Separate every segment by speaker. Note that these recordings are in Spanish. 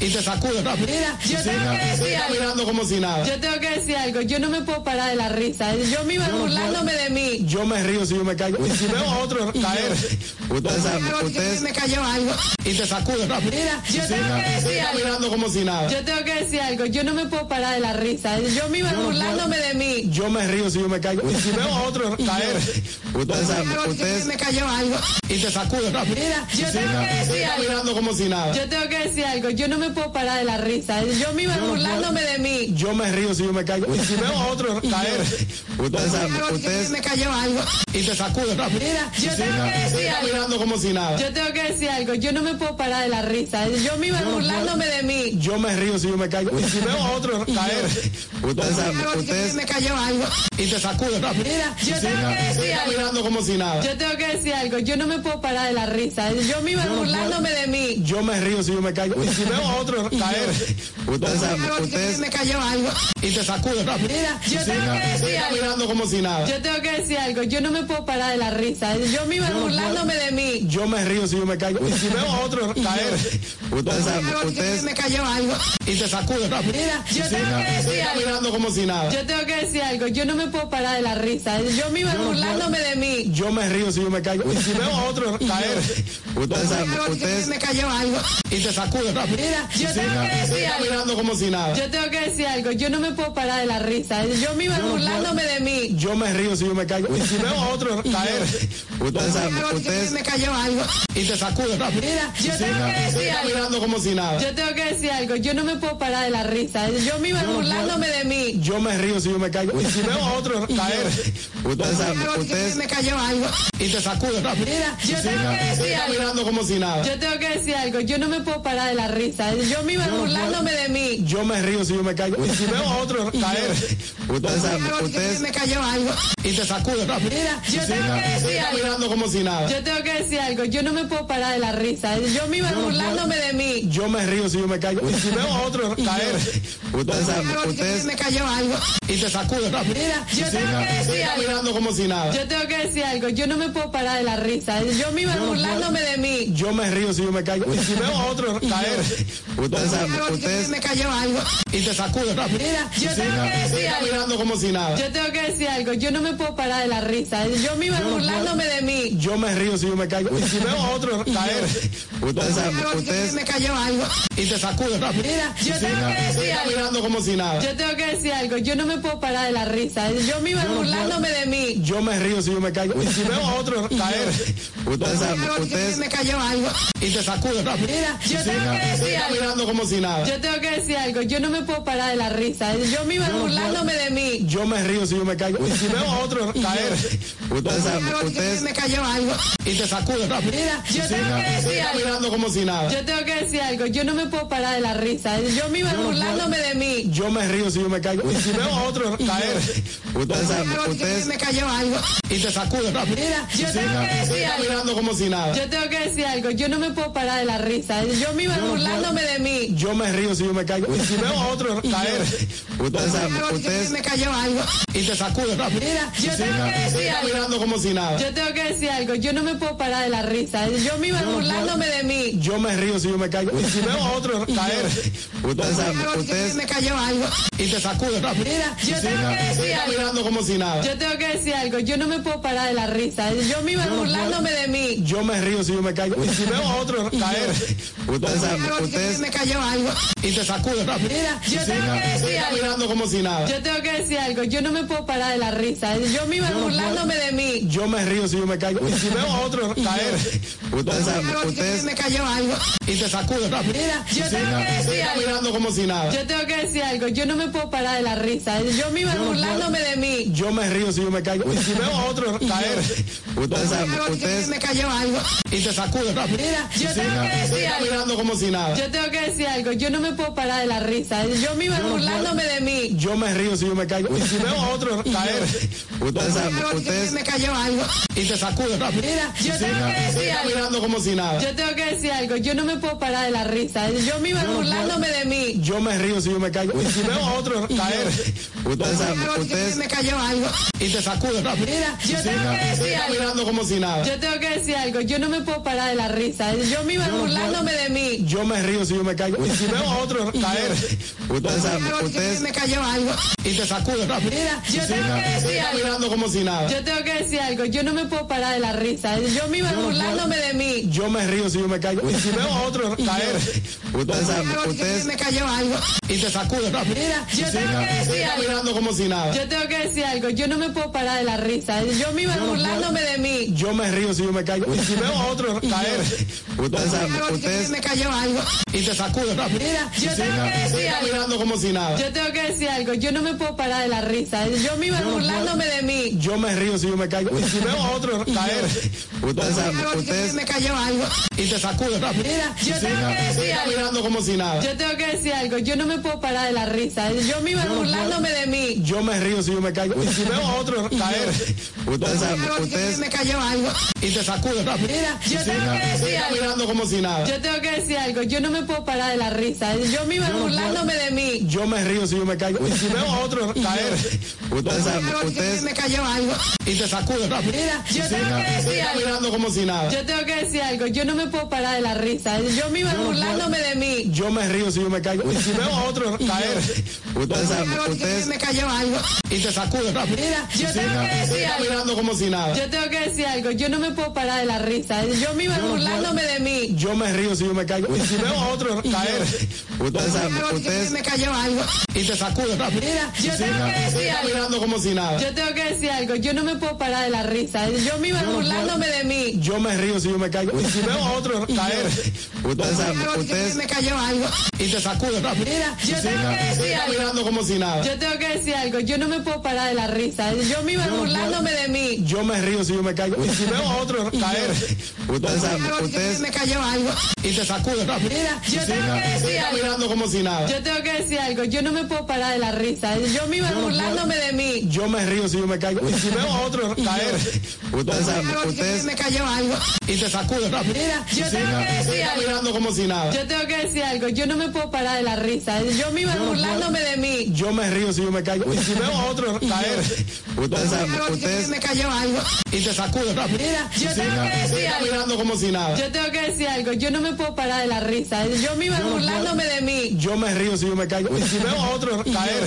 Speaker 1: y te sacude la
Speaker 2: Mira, yo
Speaker 1: Sí,
Speaker 2: tengo que
Speaker 1: estoy
Speaker 2: decir
Speaker 1: caminando
Speaker 2: algo.
Speaker 1: como si nada.
Speaker 2: Yo tengo que decir algo. Yo no me puedo parar de la risa. Yo misma
Speaker 1: Yo no
Speaker 2: burlándome
Speaker 1: puedo.
Speaker 2: de mí.
Speaker 1: Yo me río si yo me caigo. Y si veo a otro caer
Speaker 3: Ustedes saben,
Speaker 2: Hago así que
Speaker 3: ustedes-
Speaker 2: me cayó algo.
Speaker 1: y te sacude la
Speaker 2: Mira, yo tengo que
Speaker 1: Estoy
Speaker 2: decir algo.
Speaker 1: caminando como si nada.
Speaker 2: Yo tengo que decir algo. Yo no me puedo parar de la risa. Yo misma
Speaker 1: Yo no
Speaker 2: burlándome
Speaker 1: puedo.
Speaker 2: de mí.
Speaker 1: Yo me río si yo me caigo. Y si veo a otro caer
Speaker 3: ustedes saben,
Speaker 2: Hago así que
Speaker 3: ustedes-
Speaker 2: me cayó algo.
Speaker 1: y te sacude la
Speaker 2: Mira, yo tengo que
Speaker 1: Estoy
Speaker 2: decir algo.
Speaker 1: caminando como si nada.
Speaker 2: Yo tengo que decir algo. Yo no me puedo parar de la risa. Yo misma
Speaker 1: Yo no
Speaker 2: burlándome
Speaker 1: puedo.
Speaker 2: de mí.
Speaker 1: Yo me río si yo me caigo. Y si veo a otro caer
Speaker 3: ustedes saben,
Speaker 2: Hago así que
Speaker 3: ustedes-
Speaker 2: me cayó algo.
Speaker 1: y te sacude la
Speaker 2: Mira, yo tengo que
Speaker 1: Estoy
Speaker 2: decir algo.
Speaker 1: caminando como si nada.
Speaker 2: Yo tengo que decir algo. Yo no me puedo parar de la risa. Yo misma
Speaker 1: Yo no
Speaker 2: burlándome
Speaker 1: puedo.
Speaker 2: de mí.
Speaker 1: Yo me río si yo me caigo. Y si veo a otro caer
Speaker 3: ustedes saben,
Speaker 2: Hago así que
Speaker 3: ustedes-
Speaker 2: me cayó algo.
Speaker 1: y te sacude la
Speaker 2: Mira, yo tengo que
Speaker 1: Estoy
Speaker 2: decir algo.
Speaker 1: caminando como si nada.
Speaker 2: Yo tengo que decir algo. Yo no me puedo parar de la risa. Yo misma
Speaker 1: no
Speaker 2: burlándome de mí.
Speaker 1: Yo me río si yo me caigo. Y si veo a otro caer
Speaker 3: ustedes saben,
Speaker 2: Hago así que
Speaker 3: ustedes-
Speaker 2: me cayó algo.
Speaker 1: y te sacude la
Speaker 2: Mira, yo tengo
Speaker 1: Estoy
Speaker 2: que decir algo.
Speaker 1: caminando como si nada.
Speaker 2: Yo tengo que decir algo. Yo no me puedo parar de la risa. Yo misma
Speaker 1: Yo no
Speaker 2: burlándome de mí.
Speaker 1: Yo me río si yo me caigo. Y si veo a otro caer
Speaker 3: ustedes saben,
Speaker 2: Hago así que
Speaker 3: ustedes-
Speaker 2: me cayó algo.
Speaker 1: y te sacude la
Speaker 2: Mira, yo tengo que
Speaker 1: Estoy
Speaker 2: decir algo.
Speaker 1: caminando como si nada.
Speaker 2: Yo tengo que decir algo. Yo no me puedo parar de la risa. Yo misma
Speaker 1: no
Speaker 2: burlándome de mí.
Speaker 1: Yo me río si yo me caigo. Y si veo a otro caer
Speaker 3: ustedes saben,
Speaker 2: Hago así que
Speaker 3: ustedes-
Speaker 2: me cayó algo.
Speaker 1: y te sacude la
Speaker 2: Mira, yo tengo
Speaker 1: Estoy
Speaker 2: que decir algo.
Speaker 1: caminando como si nada.
Speaker 2: Yo tengo que decir algo. Yo no me puedo parar de la risa. Yo misma
Speaker 1: no puedo.
Speaker 2: burlándome de mí.
Speaker 1: Yo me río si yo me caigo. Y si veo a otro caer
Speaker 3: ustedes saben,
Speaker 2: Hago así que
Speaker 3: ustedes-
Speaker 2: me cayó algo.
Speaker 1: y te sacude la
Speaker 2: Mira, yo tengo que
Speaker 1: Estoy
Speaker 2: decir algo.
Speaker 1: caminando como si nada.
Speaker 2: Yo tengo que decir algo. Yo no me puedo parar de la risa. Yo misma
Speaker 1: no puedo.
Speaker 2: burlándome de mí.
Speaker 1: Yo me río si yo me caigo. Y si veo a otro caer
Speaker 3: ustedes saben,
Speaker 2: Hago así que
Speaker 3: ustedes-
Speaker 2: me cayó algo.
Speaker 1: y te sacude la
Speaker 2: Mira, yo tengo que
Speaker 1: Estoy
Speaker 2: decir algo.
Speaker 1: caminando como si nada.
Speaker 2: Yo tengo que decir algo. Yo no me puedo parar de la risa. Yo misma
Speaker 1: no puedo.
Speaker 2: burlándome de mí.
Speaker 1: Yo me río si yo me caigo. Y si veo a otro caer
Speaker 3: ustedes saben,
Speaker 2: Hago así que
Speaker 3: ustedes-
Speaker 2: me cayó algo.
Speaker 1: y te sacude la
Speaker 2: Mira, yo tengo que
Speaker 1: Estoy
Speaker 2: decir algo.
Speaker 1: caminando como si nada.
Speaker 2: Yo tengo que decir algo. Yo no me puedo parar de la risa. Yo misma
Speaker 1: puedo.
Speaker 2: burlándome de mí.
Speaker 1: Yo me río si yo me caigo. Y si veo a otro caer
Speaker 3: ustedes saben,
Speaker 2: Hago así que
Speaker 3: ustedes-
Speaker 2: me cayó algo.
Speaker 1: y te sacude la
Speaker 2: Mira, yo tengo que
Speaker 1: Estoy
Speaker 2: decir algo.
Speaker 1: caminando como si nada.
Speaker 2: Yo tengo que decir algo. Yo no me puedo parar de la risa. Yo misma
Speaker 1: puedo.
Speaker 2: burlándome de mí.
Speaker 1: Yo me río si yo me caigo. Y si veo a otro caer
Speaker 3: ustedes saben,
Speaker 2: Hago así que
Speaker 3: ustedes-
Speaker 2: me cayó algo.
Speaker 1: y te sacude la
Speaker 2: Mira, yo tengo que
Speaker 1: Estoy
Speaker 2: decir algo.
Speaker 1: caminando como si nada.
Speaker 2: Yo tengo que decir algo. Yo no me puedo parar de la risa. Yo misma
Speaker 1: puedo.
Speaker 2: burlándome de mí.
Speaker 1: Yo me río si yo me caigo. Y si veo a otro caer
Speaker 3: ustedes saben,
Speaker 2: Hago así que
Speaker 3: ustedes-
Speaker 2: me cayó algo.
Speaker 1: y te sacude la
Speaker 2: Mira, yo tengo que
Speaker 1: Estoy
Speaker 2: decir algo.
Speaker 1: caminando como si nada.
Speaker 2: Yo tengo que decir algo. Yo no me puedo parar de la risa. Yo misma burlándome de mí.
Speaker 1: Yo me río si yo me caigo. Y si veo a otro caer
Speaker 3: ustedes saben,
Speaker 2: Hago así que
Speaker 3: ustedes-
Speaker 2: me cayó algo.
Speaker 1: y te sacude la
Speaker 2: Mira, yo tengo
Speaker 1: Estoy
Speaker 2: que decir algo.
Speaker 1: caminando como si nada.
Speaker 2: Yo tengo que decir algo. Yo no me puedo parar de la risa. Yo misma burlándome de mí.
Speaker 1: Yo me río si yo me caigo. Y si veo a otro caer
Speaker 3: ustedes saben,
Speaker 2: Hago así que
Speaker 3: ustedes-
Speaker 2: me cayó algo.
Speaker 1: y te sacude la
Speaker 2: Mira, yo tengo que
Speaker 1: Estoy
Speaker 2: decir algo.
Speaker 1: caminando como si nada.
Speaker 2: Yo tengo que decir algo. Yo no me puedo parar de la risa. Yo misma burlándome de mí.
Speaker 1: Yo me río si yo me caigo. Y si veo a otro caer
Speaker 3: ustedes saben,
Speaker 2: Hago así que
Speaker 3: ustedes-
Speaker 2: me cayó algo.
Speaker 1: y te sacude la
Speaker 2: Mira, yo tengo que
Speaker 1: Estoy
Speaker 2: decir algo.
Speaker 1: caminando como si nada.
Speaker 2: Yo tengo que decir algo. Yo no me puedo parar de la risa. Yo misma burlándome de mí.
Speaker 1: Yo me río si yo me caigo. Y si veo a otro caer
Speaker 3: ustedes saben,
Speaker 2: Hago así que
Speaker 3: ustedes-
Speaker 2: me cayó algo.
Speaker 1: y te sacude la
Speaker 2: Mira, yo tengo que
Speaker 1: Estoy
Speaker 2: decir algo.
Speaker 1: caminando como si nada.
Speaker 2: Yo tengo que decir algo. Yo no me puedo parar de la risa. Yo misma burlándome de mí.
Speaker 1: Yo me río si yo me caigo. Y si veo a otro caer
Speaker 3: ustedes saben,
Speaker 2: Hago así que
Speaker 3: ustedes-
Speaker 2: me cayó algo.
Speaker 1: y te sacude la
Speaker 2: Mira, yo tengo que
Speaker 1: Estoy
Speaker 2: decir algo.
Speaker 1: caminando como si nada.
Speaker 2: Yo tengo que decir algo. Yo no me puedo parar de la risa. Yo misma burlándome de mí.
Speaker 1: Yo me río si yo me caigo. Y si veo a otro caer
Speaker 3: ustedes saben,
Speaker 2: Hago así que
Speaker 3: ustedes-
Speaker 2: me cayó algo.
Speaker 1: y te sacude la
Speaker 2: Mira, yo tengo que
Speaker 1: Estoy
Speaker 2: decir algo.
Speaker 1: caminando como si nada.
Speaker 2: Yo tengo que decir algo. Yo no me puedo parar de la risa. Yo misma burlándome de mí.
Speaker 1: Yo me río si yo me caigo. Y si veo a otro caer
Speaker 3: ustedes saben,
Speaker 2: Hago así que
Speaker 3: ustedes-
Speaker 2: me cayó algo.
Speaker 1: y te sacude la
Speaker 2: Mira, yo tengo que
Speaker 1: Estoy
Speaker 2: decir algo.
Speaker 1: caminando como si nada.
Speaker 2: Yo tengo que decir algo. Yo no me puedo parar de la risa. Yo misma burlándome de mí.
Speaker 1: Yo me río si yo me caigo. Y si veo a otro caer
Speaker 3: ustedes saben,
Speaker 2: Hago así que
Speaker 3: ustedes-
Speaker 2: me cayó algo.
Speaker 1: y te sacude la
Speaker 2: Mira, yo tengo que
Speaker 1: Estoy
Speaker 2: decir algo.
Speaker 1: caminando como si nada.
Speaker 2: Yo tengo que decir algo. Yo no me puedo parar de la risa. Yo misma burlándome de mí.
Speaker 1: Yo me río si yo me caigo. Y si veo a otro caer
Speaker 3: ustedes saben,
Speaker 2: Hago así que
Speaker 3: ustedes-
Speaker 2: me cayó algo.
Speaker 1: y te sacude la
Speaker 2: Mira, yo tengo que
Speaker 1: Estoy
Speaker 2: decir algo.
Speaker 1: caminando como si nada.
Speaker 2: Yo tengo que decir algo. Yo no me puedo parar de la risa. Yo misma burlándome de mí.
Speaker 1: Yo me río si yo me caigo. Y si veo a otro caer
Speaker 3: ustedes saben,
Speaker 2: Hago así que
Speaker 3: ustedes-
Speaker 2: me cayó algo.
Speaker 1: y te sacude la
Speaker 2: Mira, yo tengo que
Speaker 1: Estoy
Speaker 2: decir algo.
Speaker 1: caminando como si nada.
Speaker 2: Yo tengo que decir algo. Yo no me puedo parar de la risa. Yo misma burlándome de mí.
Speaker 1: Yo me río si yo me caigo. caigo. Y si veo a otro caer
Speaker 3: Ustedes saben,
Speaker 4: Ustedes...
Speaker 3: ustedes,
Speaker 4: Me cayó algo.
Speaker 1: y te sacudo rápido.
Speaker 2: Mira, yo tengo que
Speaker 1: Estoy
Speaker 2: decir
Speaker 1: caminando
Speaker 2: algo.
Speaker 1: como si nada.
Speaker 2: Yo tengo que decir algo. Yo no me puedo parar de la risa. Yo misma
Speaker 1: Yo no
Speaker 2: burlándome
Speaker 1: puedo.
Speaker 2: de mí.
Speaker 1: Yo me río si yo me caigo. Y si veo a otro caer
Speaker 3: ustedes saben, ustedes,
Speaker 4: Me cayó algo.
Speaker 1: y te sacudo rápido.
Speaker 2: Mira, yo tengo
Speaker 1: Estoy
Speaker 2: que decir algo.
Speaker 1: caminando como si nada.
Speaker 2: Yo tengo que decir algo. Yo no me puedo parar de la risa. Yo misma
Speaker 1: no puedo.
Speaker 2: burlándome de mí.
Speaker 1: Yo me río si yo me caigo. Y si veo a otro caer
Speaker 3: ustedes saben, ustedes,
Speaker 4: Me cayó algo.
Speaker 1: y te sacudo rápido.
Speaker 2: Mira, yo tengo que
Speaker 1: Estoy
Speaker 2: decir algo.
Speaker 1: caminando como si nada.
Speaker 2: Yo tengo que decir algo. Yo no me puedo parar de la risa. Yo misma
Speaker 1: no puedo.
Speaker 2: burlándome de mí.
Speaker 1: Yo me río si yo me caigo. Y si veo a otro caer
Speaker 3: ustedes saben, ustedes,
Speaker 4: Me cayó algo.
Speaker 1: y te sacudo rápido.
Speaker 2: Mira, yo tengo que
Speaker 1: Estoy
Speaker 2: decir algo.
Speaker 1: caminando como si nada.
Speaker 2: Yo tengo que decir algo. Yo no me puedo parar de la risa. Yo misma
Speaker 1: no puedo.
Speaker 2: burlándome de mí.
Speaker 1: Yo me río si yo me caigo. Y si veo a otro caer
Speaker 3: ustedes saben, ustedes,
Speaker 4: Me cayó algo.
Speaker 1: y te sacudo rápido.
Speaker 2: Mira, yo tengo que
Speaker 1: Estoy
Speaker 2: decir algo.
Speaker 1: caminando como si nada.
Speaker 2: Yo tengo que decir algo. Yo no me puedo parar de la risa. Yo misma
Speaker 1: no puedo.
Speaker 2: burlándome de mí.
Speaker 1: Yo me río si yo me caigo. Y si veo a otro caer
Speaker 3: ustedes saben, ustedes,
Speaker 4: Me cayó algo.
Speaker 1: y te sacudo rápido.
Speaker 2: Mira, yo tengo que
Speaker 1: Estoy
Speaker 2: decir algo.
Speaker 1: caminando como si nada.
Speaker 2: Yo tengo que decir algo. Yo no me puedo parar de la risa. Yo misma
Speaker 1: no puedo.
Speaker 2: burlándome de mí.
Speaker 1: Yo me río si yo me caigo. Y si veo a otro caer
Speaker 3: ustedes saben, ustedes,
Speaker 4: Me cayó algo.
Speaker 1: y te sacudo rápido.
Speaker 2: Mira, yo tengo que
Speaker 1: Estoy
Speaker 2: decir algo.
Speaker 1: caminando como si nada.
Speaker 2: Yo tengo que decir algo. Yo no me puedo parar de la risa. Yo misma
Speaker 1: no puedo.
Speaker 2: burlándome de mí.
Speaker 1: Yo me río si yo me caigo. Y si veo a otro caer
Speaker 3: ustedes saben, ustedes,
Speaker 4: Me cayó algo.
Speaker 1: y te sacudo rápido.
Speaker 2: Mira, yo tengo que
Speaker 1: Estoy
Speaker 2: decir algo.
Speaker 1: caminando como si nada.
Speaker 2: Yo tengo que decir algo. Yo no me puedo parar de la risa. Yo misma
Speaker 1: puedo.
Speaker 2: burlándome de mí.
Speaker 1: Yo me río si yo me caigo. Y si veo a otro caer
Speaker 3: ustedes saben, ustedes,
Speaker 4: Me cayó algo.
Speaker 1: y te sacudo rápido.
Speaker 2: Mira, yo tengo que
Speaker 1: Estoy
Speaker 2: decir algo.
Speaker 1: caminando como si nada.
Speaker 2: Yo tengo que decir algo. Yo no me puedo parar de la risa. Yo misma
Speaker 1: puedo.
Speaker 2: burlándome de mí.
Speaker 1: Yo me río si yo me caigo. Y si veo a otro caer
Speaker 3: ustedes saben, ustedes,
Speaker 4: Me cayó algo.
Speaker 1: y te sacudo rápido.
Speaker 2: Mira, yo tengo que
Speaker 1: Estoy
Speaker 2: decir algo.
Speaker 1: caminando como si nada.
Speaker 2: Yo tengo que decir algo. Yo no me puedo parar de la risa. Yo misma
Speaker 1: puedo.
Speaker 2: burlándome de mí.
Speaker 1: Yo me río si yo me caigo. Y si veo a otro caer
Speaker 3: ustedes saben, ustedes,
Speaker 4: Me cayó algo.
Speaker 1: y te sacudo rápido.
Speaker 2: Mira, yo tengo que
Speaker 1: Estoy
Speaker 2: decir algo.
Speaker 1: caminando como si nada.
Speaker 2: Yo tengo que decir algo, yo no me puedo parar de la risa, yo misma burlándome de mí.
Speaker 1: Yo me río si yo me caigo. Y si veo a otro caer
Speaker 3: ustedes saben, ustedes,
Speaker 4: Me cayó algo.
Speaker 1: y te sacudo rápido.
Speaker 2: Mira, yo tengo
Speaker 1: Estoy
Speaker 2: que decir algo,
Speaker 1: caminando como si nada.
Speaker 2: yo tengo que decir algo, yo no me puedo parar de la risa, yo misma burlándome de mí.
Speaker 1: Yo me río si yo me caigo. Y si veo a otro caer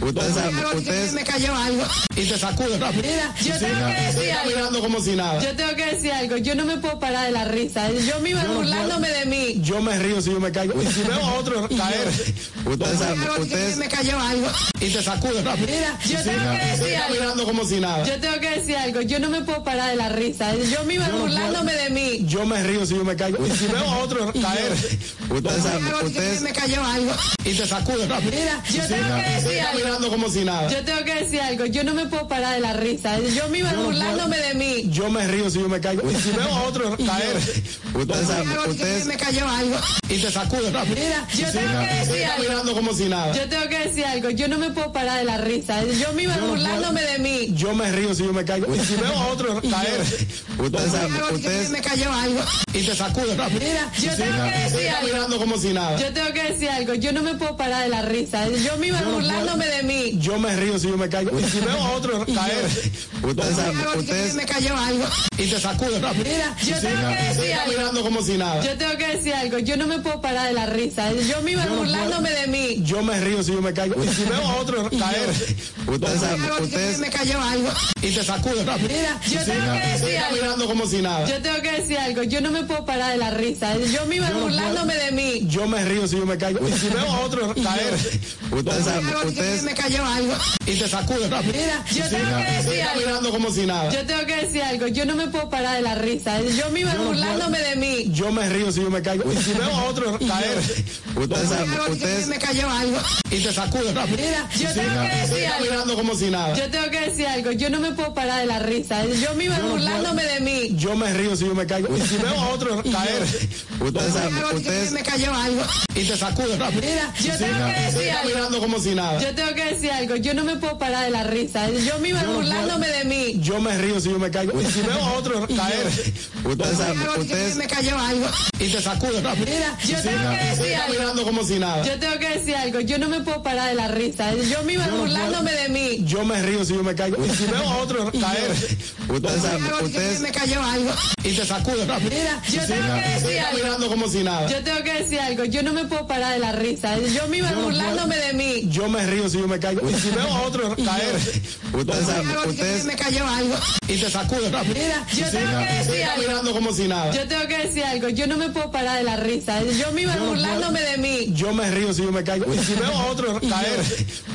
Speaker 3: ustedes saben, ustedes,
Speaker 4: Me cayó algo.
Speaker 1: y te sacudo rápido.
Speaker 2: Mira, yo tengo que
Speaker 1: Estoy
Speaker 2: decir algo,
Speaker 1: caminando como si nada.
Speaker 2: yo tengo que decir algo, yo no me puedo parar de la risa, yo misma burlándome de mí.
Speaker 1: Yo me río si yo me caigo. Y si veo a otro caer
Speaker 3: ustedes saben, ustedes,
Speaker 4: Me cayó algo.
Speaker 1: y te sacudo rápido.
Speaker 2: Mira, yo tengo que
Speaker 1: Estoy
Speaker 2: decir algo,
Speaker 1: caminando como si nada.
Speaker 2: yo tengo que decir algo, yo no me puedo parar de la risa, yo misma burlándome de mí.
Speaker 1: Yo me río si yo me caigo. Y si veo a otro caer
Speaker 3: ustedes saben, ustedes,
Speaker 4: Me cayó algo.
Speaker 1: y te sacudo rápido.
Speaker 2: Mira, yo tengo que
Speaker 1: Estoy
Speaker 2: decir algo.
Speaker 1: caminando como si nada.
Speaker 2: Yo tengo que decir algo, yo no me puedo parar de la risa, yo misma burlándome de mí.
Speaker 1: Yo me río si yo me caigo. Y si veo a otro caer
Speaker 3: ustedes saben, ustedes,
Speaker 4: Me cayó algo.
Speaker 1: y te sacudo rápido.
Speaker 2: Mira, yo tengo que
Speaker 1: Estoy
Speaker 2: decir algo,
Speaker 1: caminando como si nada.
Speaker 2: yo tengo que decir algo, yo no me puedo parar de la risa, yo misma burlándome de mí.
Speaker 1: Yo me río si yo me caigo. Y si veo a otro caer
Speaker 3: ustedes saben, ustedes,
Speaker 4: Me cayó algo.
Speaker 1: y te sacudo rápido.
Speaker 2: Mira, yo tengo que
Speaker 1: Estoy
Speaker 2: decir algo,
Speaker 1: caminando como si nada.
Speaker 2: yo tengo que decir algo, yo no me puedo parar de la risa, yo misma burlándome de mí.
Speaker 1: Yo me río si yo me caigo. Y si veo a otro caer
Speaker 3: ustedes saben, ustedes,
Speaker 4: Me cayó algo.
Speaker 1: y te sacudo rápido.
Speaker 2: Mira, yo tengo que
Speaker 1: Estoy
Speaker 2: decir algo,
Speaker 1: caminando como si nada.
Speaker 2: yo tengo que decir algo, yo no me puedo parar de la risa, yo misma burlándome de mí.
Speaker 1: Yo me río si yo me caigo. Y si veo a otro caer
Speaker 3: ustedes saben, ustedes,
Speaker 4: Me cayó algo.
Speaker 1: y te sacudo rápido.
Speaker 2: Mira, yo tengo
Speaker 1: Estoy
Speaker 2: que decir algo.
Speaker 1: caminando como si nada.
Speaker 2: Yo tengo que decir algo, yo no me puedo parar de la risa, yo misma burlándome de mí.
Speaker 1: Yo me río si yo me caigo. Y si veo a otro caer
Speaker 3: ustedes saben, ustedes,
Speaker 4: Me cayó algo.
Speaker 1: y te sacudo rápido.
Speaker 2: Mira, yo tengo que
Speaker 1: Estoy
Speaker 2: decir algo,
Speaker 1: caminando como si nada.
Speaker 2: yo tengo que decir algo, yo no me puedo parar de la risa, yo misma burlándome de mí.
Speaker 1: Yo me río si yo me caigo. Y si veo a otro caer
Speaker 3: ustedes saben, ustedes,
Speaker 4: Me cayó algo.
Speaker 1: y te sacudo rápido.
Speaker 2: Mira, yo tengo que
Speaker 1: Estoy
Speaker 2: decir algo,
Speaker 1: caminando como si nada.
Speaker 2: yo tengo que decir algo, yo no me puedo parar de la risa, yo misma burlándome de mí.
Speaker 1: Yo me río si yo me caigo. Y si veo a otro caer
Speaker 3: ustedes saben, ustedes,
Speaker 4: Me cayó algo.
Speaker 1: y te sacudo sacude rápido.
Speaker 2: Mira, yo tengo que
Speaker 1: Estoy
Speaker 2: decir algo.
Speaker 1: caminando como si nada.
Speaker 2: Yo tengo que decir algo. Yo no me puedo parar de la risa. Yo misma
Speaker 1: no
Speaker 2: burlándome
Speaker 1: puedo.
Speaker 2: de mí.
Speaker 1: Yo me río si yo me caigo. Y si veo a otro caer
Speaker 3: Ustedes saben, ustedes,
Speaker 4: me cayó algo.
Speaker 1: y te sacude rápido.
Speaker 2: Mira, yo tengo que
Speaker 1: Estoy
Speaker 2: decir algo.
Speaker 1: caminando como si nada.
Speaker 2: Yo tengo que decir algo. Yo no me puedo parar de la risa. Yo misma
Speaker 1: no puedo.
Speaker 2: burlándome de mí.
Speaker 1: Yo me río si yo me caigo. Y si veo a otro caer
Speaker 3: ustedes saben, ustedes,
Speaker 4: me cayó algo.
Speaker 1: y te sacude rápido.
Speaker 2: Mira, yo tengo que
Speaker 1: Estoy
Speaker 2: decir algo.
Speaker 1: caminando como si nada.
Speaker 2: Yo tengo que decir algo. Yo no me puedo parar de la risa. Yo misma
Speaker 1: no puedo.
Speaker 2: burlándome de mí.
Speaker 1: Yo me río si yo me caigo. Y si veo a otro caer
Speaker 3: ustedes saben, ustedes,
Speaker 4: me cayó algo.
Speaker 1: y te sacude rápido.
Speaker 2: Mira, yo tengo que
Speaker 1: Estoy
Speaker 2: decir algo.
Speaker 1: caminando como si nada.
Speaker 2: Yo tengo que decir algo. Yo no me puedo parar de la risa. Yo misma
Speaker 1: no puedo.
Speaker 2: burlándome de mí.
Speaker 1: Yo me río si yo me caigo. Y si veo a otro caer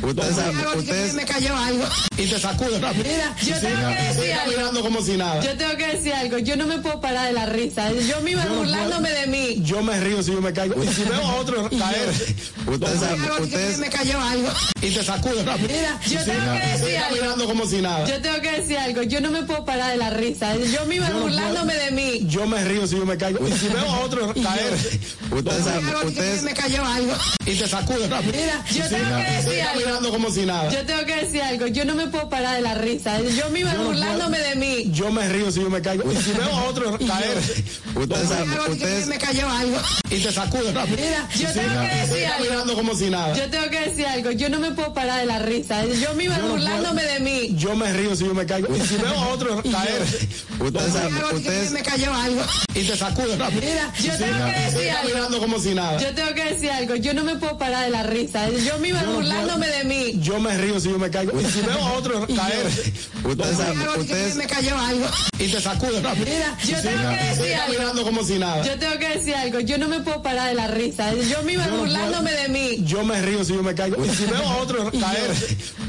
Speaker 3: ustedes saben, ustedes,
Speaker 4: me cayó algo.
Speaker 1: y te sacude rápido.
Speaker 2: Mira, yo tengo
Speaker 1: Estoy
Speaker 2: que decir algo.
Speaker 1: caminando como si nada.
Speaker 2: Yo tengo que decir algo. Yo no me puedo parar de la risa. Yo misma
Speaker 1: no puedo.
Speaker 2: burlándome de mí.
Speaker 1: Yo me río si yo me caigo. Y si veo a otro caer
Speaker 3: ustedes saben, ustedes,
Speaker 4: me cayó algo.
Speaker 1: y te sacude rápido.
Speaker 2: Mira, yo tengo que
Speaker 1: Estoy
Speaker 2: decir algo.
Speaker 1: caminando como si nada.
Speaker 2: Yo tengo que decir algo. Yo no me puedo parar de la risa. Yo misma
Speaker 1: no puedo.
Speaker 2: burlándome de mí.
Speaker 1: Yo me río si yo me caigo. Y si veo a otro caer
Speaker 3: ustedes saben, ustedes,
Speaker 4: me cayó algo.
Speaker 1: y te sacude rápido.
Speaker 2: Mira, yo tengo que
Speaker 1: Estoy
Speaker 2: decir algo.
Speaker 1: caminando como si nada.
Speaker 2: Yo tengo que decir algo. Yo no me puedo parar de la risa. Yo misma
Speaker 1: no puedo.
Speaker 2: burlándome de mí.
Speaker 1: Yo me río si yo me caigo. Y si veo a otro caer
Speaker 3: ustedes saben, ustedes,
Speaker 4: me cayó algo.
Speaker 1: y te sacude rápido.
Speaker 2: Mira, yo tengo que
Speaker 1: Estoy
Speaker 2: decir algo.
Speaker 1: caminando como si nada.
Speaker 2: Yo tengo que decir algo, yo no me puedo parar de la risa, yo misma burlándome de mí.
Speaker 1: Yo me río si yo me caigo. Y si veo a otro caer
Speaker 3: ustedes saben, ustedes,
Speaker 4: me cayó algo.
Speaker 1: y te sacude rápido.
Speaker 2: Mira, yo tengo que
Speaker 1: Estoy
Speaker 2: decir algo,
Speaker 1: caminando como si nada.
Speaker 2: yo tengo que decir algo, yo no me puedo parar de la risa, yo misma burlándome de mí.
Speaker 1: Yo me río si yo me caigo. Y si veo a otro caer
Speaker 3: ustedes saben, ustedes,
Speaker 4: me cayó algo.
Speaker 1: y te sacude rápido.
Speaker 2: Mira, yo tengo que
Speaker 1: Estoy
Speaker 2: decir algo,
Speaker 1: caminando como si nada.
Speaker 2: yo tengo que decir algo, yo no me puedo parar de la risa, yo misma burlándome de mí.
Speaker 1: Yo me río si yo me caigo. Y si veo a otro caer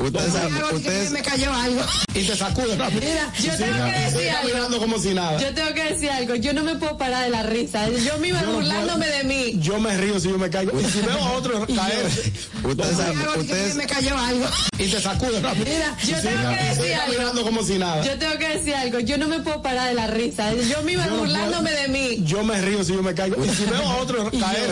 Speaker 3: ustedes saben, ustedes,
Speaker 4: me cayó algo.
Speaker 1: y te sacude rápido.
Speaker 2: Mira, yo tengo que
Speaker 1: Estoy
Speaker 2: decir algo,
Speaker 1: caminando como si nada.
Speaker 2: yo tengo que decir algo, yo no me puedo parar de la risa, yo misma burlándome de mí.
Speaker 1: Yo me río si yo me caigo. Y si veo a otro caer
Speaker 3: ustedes saben, ustedes,
Speaker 4: me cayó algo.
Speaker 1: y te sacude rápido.
Speaker 2: Mira, yo tengo que
Speaker 1: Estoy
Speaker 2: decir algo.
Speaker 1: caminando como si nada.
Speaker 2: Yo tengo que decir algo, yo no me puedo parar de la risa, yo misma burlándome de mí.
Speaker 1: Yo me río si yo me caigo. Y si veo a otro caer